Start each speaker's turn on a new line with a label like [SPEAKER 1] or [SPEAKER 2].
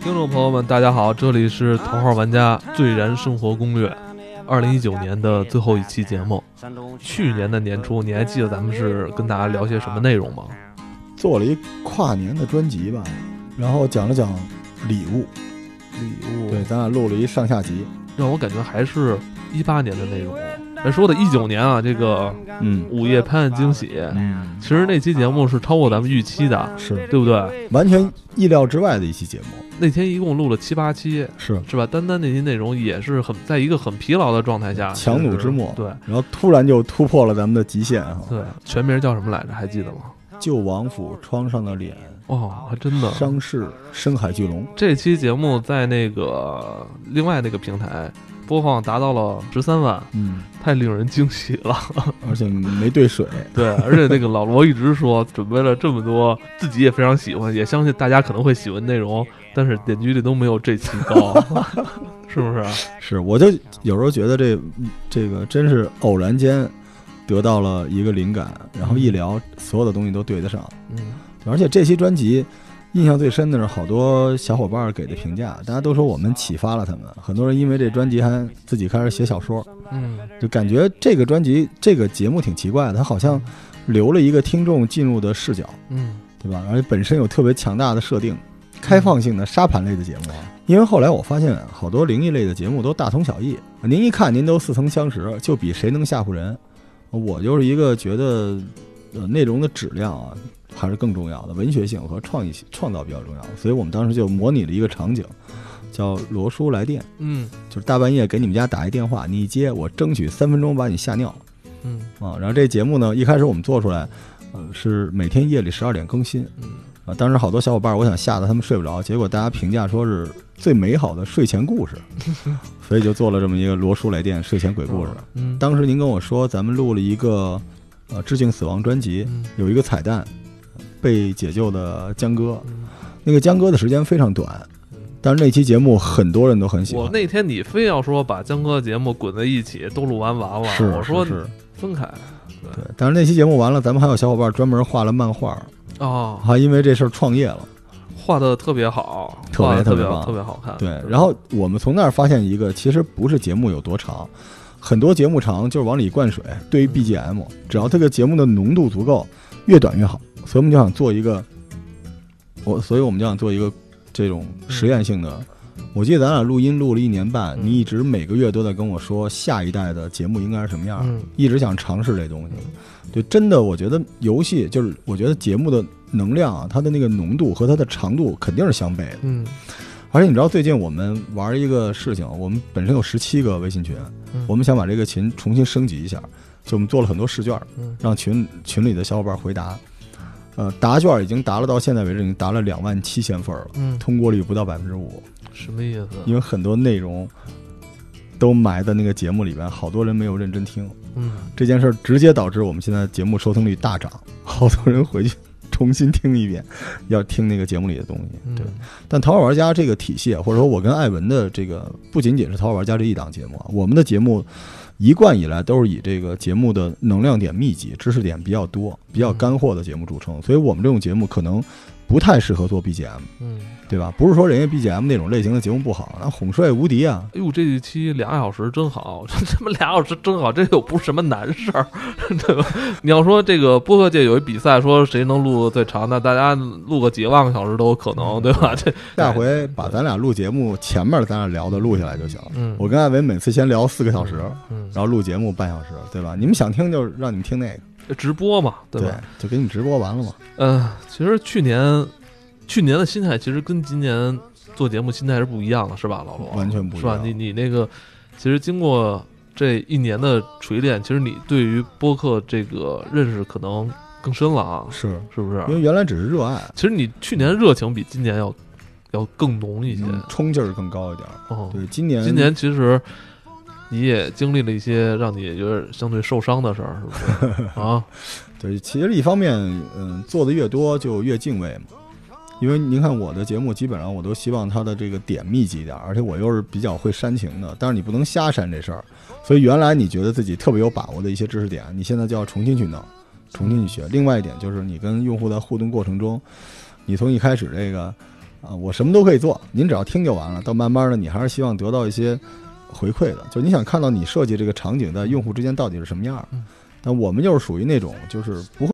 [SPEAKER 1] 听众朋友们，大家好，这里是《头号玩家最燃生活攻略》二零一九年的最后一期节目。去年的年初，你还记得咱们是跟大家聊些什么内容吗？
[SPEAKER 2] 做了一跨年的专辑吧，然后讲了讲礼物，
[SPEAKER 1] 礼物
[SPEAKER 2] 对，咱俩录了一上下集，
[SPEAKER 1] 让我感觉还是一八年的内容。咱说的一九年啊，这个
[SPEAKER 2] 嗯，
[SPEAKER 1] 午夜拍案惊喜，
[SPEAKER 2] 嗯，
[SPEAKER 1] 其实那期节目是超过咱们预期的，
[SPEAKER 2] 是
[SPEAKER 1] 对不对？
[SPEAKER 2] 完全意料之外的一期节目，
[SPEAKER 1] 那天一共录了七八期，
[SPEAKER 2] 是，
[SPEAKER 1] 是吧？单单那期内容也是很在一个很疲劳的状态下，
[SPEAKER 2] 强弩之末
[SPEAKER 1] 对
[SPEAKER 2] 然后突然就突破了咱们的极限啊！
[SPEAKER 1] 对，全名叫什么来着？还记得吗？
[SPEAKER 2] 旧王府窗上的脸，
[SPEAKER 1] 哦，还真的。
[SPEAKER 2] 伤势深海巨龙，
[SPEAKER 1] 这期节目在那个另外那个平台播放达到了十三万，
[SPEAKER 2] 嗯，
[SPEAKER 1] 太令人惊喜了。
[SPEAKER 2] 而且没兑水，
[SPEAKER 1] 对，而且那个老罗一直说准备了这么多，自己也非常喜欢，也相信大家可能会喜欢内容，但是点击率都没有这期高，是不是？啊
[SPEAKER 2] 是，我就有时候觉得这这个真是偶然间得到了一个灵感，然后一聊，所有的东西都对得上。
[SPEAKER 1] 嗯，
[SPEAKER 2] 而且这期专辑印象最深的是好多小伙伴给的评价，大家都说我们启发了他们。很多人因为这专辑还自己开始写小说，
[SPEAKER 1] 嗯，
[SPEAKER 2] 就感觉这个专辑这个节目挺奇怪的，它好像留了一个听众进入的视角，
[SPEAKER 1] 嗯，
[SPEAKER 2] 对吧？而且本身有特别强大的设定，开放性的沙盘类的节目啊。因为后来我发现好多灵异类的节目都大同小异，您一看您都似曾相识，就比谁能吓唬人。我就是一个觉得，呃，内容的质量啊还是更重要的，文学性和创意性创造比较重要。所以我们当时就模拟了一个场景，叫罗叔来电，
[SPEAKER 1] 嗯，
[SPEAKER 2] 就是大半夜给你们家打一电话，你一接，我争取三分钟把你吓尿。
[SPEAKER 1] 嗯，
[SPEAKER 2] 啊，然后这节目呢，一开始我们做出来，呃，是每天夜里十二点更新，
[SPEAKER 1] 嗯，
[SPEAKER 2] 啊，当时好多小伙伴，我想吓得他们睡不着，结果大家评价说是最美好的睡前故事，所以就做了这么一个罗叔来电睡前鬼故事。
[SPEAKER 1] 嗯，
[SPEAKER 2] 当时您跟我说，咱们录了一个呃致敬死亡专辑，
[SPEAKER 1] 嗯，
[SPEAKER 2] 有一个彩蛋，被解救的江哥，
[SPEAKER 1] 嗯
[SPEAKER 2] 那个江哥的时间非常短，但是那期节目很多人都很喜
[SPEAKER 1] 我
[SPEAKER 2] 欢。
[SPEAKER 1] 那天你非要说把江哥节目滚在一起，都录完完了，
[SPEAKER 2] 是
[SPEAKER 1] 我说
[SPEAKER 2] 是是
[SPEAKER 1] 分开
[SPEAKER 2] 对，但是那期节目完了，咱们还有小伙伴专门画了漫画，
[SPEAKER 1] 哦，
[SPEAKER 2] 还因为这事儿创业了。
[SPEAKER 1] 画的特别好，
[SPEAKER 2] 特别
[SPEAKER 1] 画的特
[SPEAKER 2] 特别
[SPEAKER 1] 好
[SPEAKER 2] 棒
[SPEAKER 1] 特别好看。
[SPEAKER 2] 对，然后我们从那儿发现一个，其实不是节目有多长，很多节目长就是往里灌水。对于 BGM，只要这个节目的浓度足够，越短越好。所以我们就想做一个，我所以我们就想做一个这种实验性的。我记得咱俩录音录了一年半，
[SPEAKER 1] 嗯
[SPEAKER 2] 你一直每个月都在跟我说下一代的节目应该是什么样儿，
[SPEAKER 1] 嗯
[SPEAKER 2] 一直想尝试这东西。对，真的，我觉得游戏就是，我觉得节目的能量啊，它的那个浓度和它的长度肯定是相悖的。
[SPEAKER 1] 嗯
[SPEAKER 2] 而且你知道，最近我们玩一个事情，我们本身有十七个微信群，
[SPEAKER 1] 嗯
[SPEAKER 2] 我们想把这个群重新升级一下，就我们做了很多试卷，
[SPEAKER 1] 嗯
[SPEAKER 2] 让群群里的小伙伴回答。呃，答卷已经答了，到现在为止已经答了两万七千份了，
[SPEAKER 1] 嗯，
[SPEAKER 2] 通过率不到百分之五，
[SPEAKER 1] 什么意思？
[SPEAKER 2] 因为很多内容都埋在那个节目里边，好多人没有认真听。
[SPEAKER 1] 嗯，
[SPEAKER 2] 这件事儿直接导致我们现在节目收听率大涨，好多人回去重新听一遍，要听那个节目里的东西。
[SPEAKER 1] 嗯
[SPEAKER 2] 对，但《淘宝玩家》这个体系，啊或者说我跟艾文的这个，不仅仅是《淘宝玩家》这一档节目啊，我们的节目一贯以来都是以这个节目的能量点密集、知识点比较多、比
[SPEAKER 1] 嗯
[SPEAKER 2] 较干货的节目著称，所以我们这种节目可能不太适合做 BGM，
[SPEAKER 1] 嗯，
[SPEAKER 2] 对吧？不是说人家 BGM 那种类型的节目不好，那哄睡无敌啊，
[SPEAKER 1] 哎呦，这一期俩小时真好，这他妈俩小时真好，这又不是什么难事儿， 对吧？你要说这个播客界有一比赛，说谁能录最长，那大家录个几万个小时都有可能，对吧？这
[SPEAKER 2] 下回把咱俩录节目前面咱俩聊的录下来就行了。
[SPEAKER 1] 嗯，
[SPEAKER 2] 我跟艾文每次先聊四个小时，
[SPEAKER 1] 嗯
[SPEAKER 2] 然，后录节目半小时，对吧？你们想听就让你们听那个，
[SPEAKER 1] 直播嘛，
[SPEAKER 2] 对
[SPEAKER 1] 吧？
[SPEAKER 2] 就给你们直播完了嘛。
[SPEAKER 1] 嗯，其实去年去年的心态其实跟今年做节目心态是不一样的，是吧，老罗？
[SPEAKER 2] 完全不一样
[SPEAKER 1] 是吧？你你那个，其实经过这一年的锤炼，其实你对于播客这个认识可能更深了啊，
[SPEAKER 2] 是，
[SPEAKER 1] 是不是？
[SPEAKER 2] 因为原来只是热爱，
[SPEAKER 1] 其实你去年热情比今年要要更浓一些。
[SPEAKER 2] 嗯冲劲儿更高一点儿。
[SPEAKER 1] 哦，
[SPEAKER 2] 对，今年
[SPEAKER 1] 今年其实你也经历了一些让你觉得相对受伤的事儿，是 不是？啊，
[SPEAKER 2] 对，其实一方面，嗯，做的越多就越敬畏嘛。因为您看我的节目，基本上我都希望它的这个点密集一点儿，而且我又是比较会煽情的，但是你不能瞎煽这事儿。所以原来你觉得自己特别有把握的一些知识点，你现在就要重新去弄，重新去学。另外一点就是你跟用户在互动过程中，你从一开始这个啊，我什么都可以做，您只要听就完了。到慢慢的，你还是希望得到一些回馈的，就你想看到你设计这个场景在用户之间到底是什么样儿
[SPEAKER 1] 嗯。
[SPEAKER 2] 但我们就是属于那种，就是不会